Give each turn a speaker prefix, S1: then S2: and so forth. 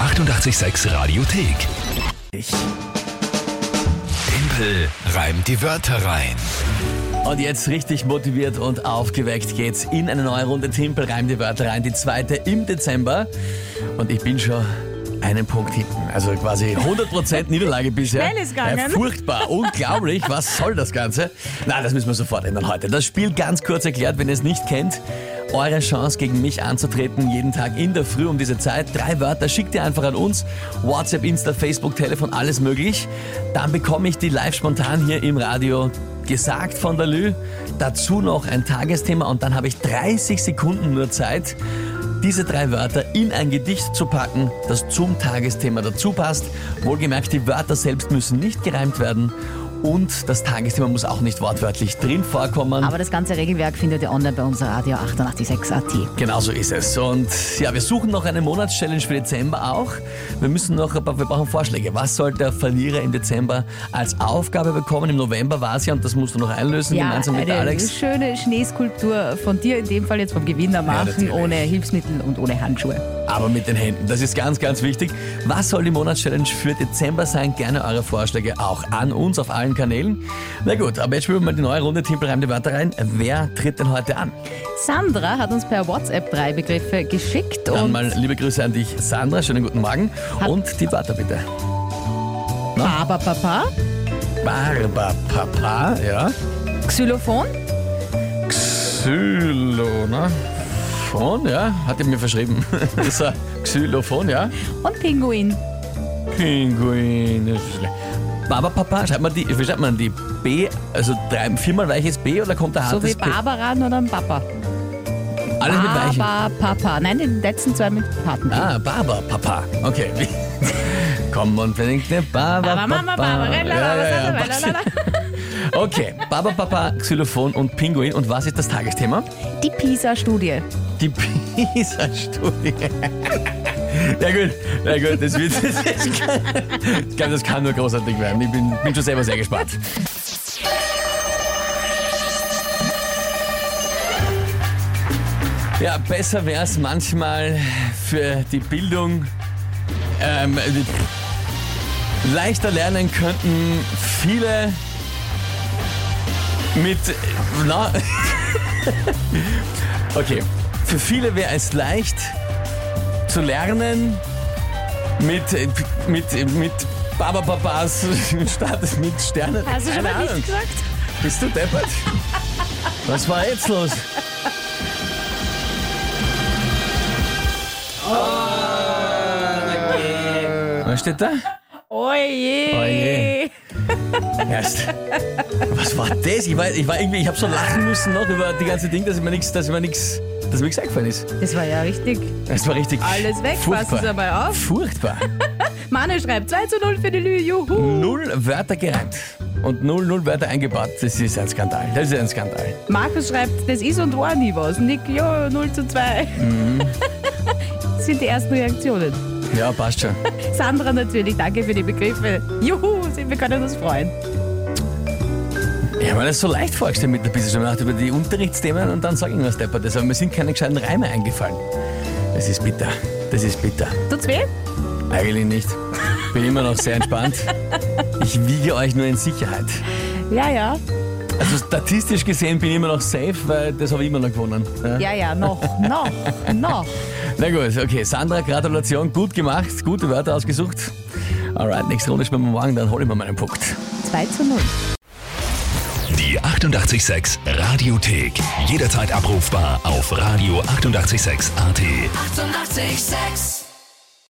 S1: 886 Radiothek. Tempel reimt die Wörter rein.
S2: Und jetzt richtig motiviert und aufgeweckt geht's in eine neue Runde Timpel, reim die Wörter rein, die zweite im Dezember. Und ich bin schon einen Punkt hinten. Also quasi 100% Niederlage bisher.
S3: Schnell ist gegangen.
S2: Ja, furchtbar, unglaublich. Was soll das Ganze? Na, das müssen wir sofort ändern heute. Das Spiel ganz kurz erklärt, wenn ihr es nicht kennt. Eure Chance gegen mich anzutreten, jeden Tag in der Früh um diese Zeit. Drei Wörter schickt ihr einfach an uns. WhatsApp, Insta, Facebook, Telefon, alles möglich. Dann bekomme ich die live spontan hier im Radio gesagt von der Lü. Dazu noch ein Tagesthema und dann habe ich 30 Sekunden nur Zeit, diese drei Wörter in ein Gedicht zu packen, das zum Tagesthema dazu passt. Wohlgemerkt, die Wörter selbst müssen nicht gereimt werden und das Tagesthema muss auch nicht wortwörtlich drin vorkommen.
S3: Aber das ganze Regelwerk findet ihr online bei uns Radio 886.at.
S2: Genau so ist es. Und ja, wir suchen noch eine Monatschallenge für Dezember auch. Wir müssen noch, aber wir brauchen Vorschläge. Was soll der Verlierer im Dezember als Aufgabe bekommen? Im November war es ja, und das musst du noch einlösen, gemeinsam mit
S3: eine
S2: Alex.
S3: schöne Schneeskulptur von dir, in dem Fall jetzt vom Gewinner machen,
S2: natürlich.
S3: ohne Hilfsmittel und ohne Handschuhe.
S2: Aber mit den Händen, das ist ganz, ganz wichtig. Was soll die Monatschallenge für Dezember sein? Gerne eure Vorschläge auch an uns auf allen Kanälen. Na gut, aber jetzt spielen wir mal die neue Runde. Timpel reimt die Wörter rein. Wer tritt denn heute an?
S3: Sandra hat uns per WhatsApp drei Begriffe geschickt
S2: Dann
S3: und
S2: mal ne? liebe Grüße an dich, Sandra. Schönen guten Morgen. Und die Wörter bitte.
S3: Barberpapa,
S2: Barberpapa, ja.
S3: Xylophon,
S2: Xylo, ne? Phon, ja, hat er mir verschrieben. ist ein Xylophon, ja.
S3: und Pinguin.
S2: Pinguin. ist schlecht. Baba Papa, schreibt man die, wie schreibt man die? B, also drei, viermal weiches B oder kommt da
S3: So
S2: hartes
S3: wie
S2: P?
S3: Barbara, nur dann Papa.
S2: Alles mit Äh, weichen.
S3: Barberpapa. Nein, die letzten zwei mit Paten.
S2: Ah, Baba Papa. Okay. Komm und bringt eine Baba
S3: Baba, Mama,
S2: Papa.
S3: Barbarella,
S2: Ja, ja, ja.
S3: Barbarella, la, la,
S2: Okay, Baba Papa, Xylophon und Pinguin. Und was ist das Tagesthema?
S3: la. Die PISA-Studie.
S2: Die PISA-Studie. Ja gut, ja gut, das wird. Das ist, ich glaube, das kann nur großartig werden. Ich bin, bin schon selber sehr gespannt. Ja, besser wäre es manchmal für die Bildung. Ähm, leichter lernen könnten viele mit. Na, Okay. Für viele wäre es leicht zu lernen mit, mit, mit Babapapas statt mit Sternen.
S3: Hast du Also schon
S2: Keine
S3: mal nichts
S2: Ahnung.
S3: gesagt?
S2: Bist du deppert? Was war jetzt los?
S3: Oh,
S2: Was steht da?
S3: Oh je.
S2: Oh je. Erst. Was war das? Ich war, ich war irgendwie, ich habe so lachen müssen noch über die ganze Ding, dass mir nichts, dass mir nichts, dass mir nichts eingefallen ist.
S3: Das war ja richtig.
S2: Das war richtig.
S3: Alles weg, passen Sie
S2: Furchtbar.
S3: dabei auf.
S2: Furchtbar.
S3: Manu schreibt 2 zu 0 für die Lü, juhu.
S2: Null Wörter gereimt und null, null Wörter eingebaut. Das ist ein Skandal. Das ist ein Skandal.
S3: Markus schreibt, das ist und war nie was. Nick, ja, 0 zu 2.
S2: Mhm.
S3: Das sind die ersten Reaktionen.
S2: Ja, passt schon.
S3: Sandra natürlich, danke für die Begriffe. Juhu, sind- wir können uns freuen.
S2: Ich habe mir das so leicht vorgestellt mit der Business. Ich habe mir gedacht, über die Unterrichtsthemen und dann sage ich irgendwas Deppertes. Aber mir sind keine gescheiten Reime eingefallen. Das ist bitter. Das ist bitter.
S3: Tut's weh?
S2: Eigentlich nicht. Bin immer noch sehr entspannt. Ich wiege euch nur in Sicherheit.
S3: Ja, ja.
S2: Also statistisch gesehen bin ich immer noch safe, weil das habe ich immer noch gewonnen. Ja.
S3: Ja, ja, noch, noch, noch.
S2: Na gut, okay. Sandra, Gratulation. Gut gemacht. Gute Wörter ausgesucht. Alright, nächste Runde spielen wir morgen, dann hole ich mir meinen Punkt.
S3: 2 zu 0.
S1: Die 886 Radiothek. Jederzeit abrufbar auf radio886.at. 886! 886.
S4: 886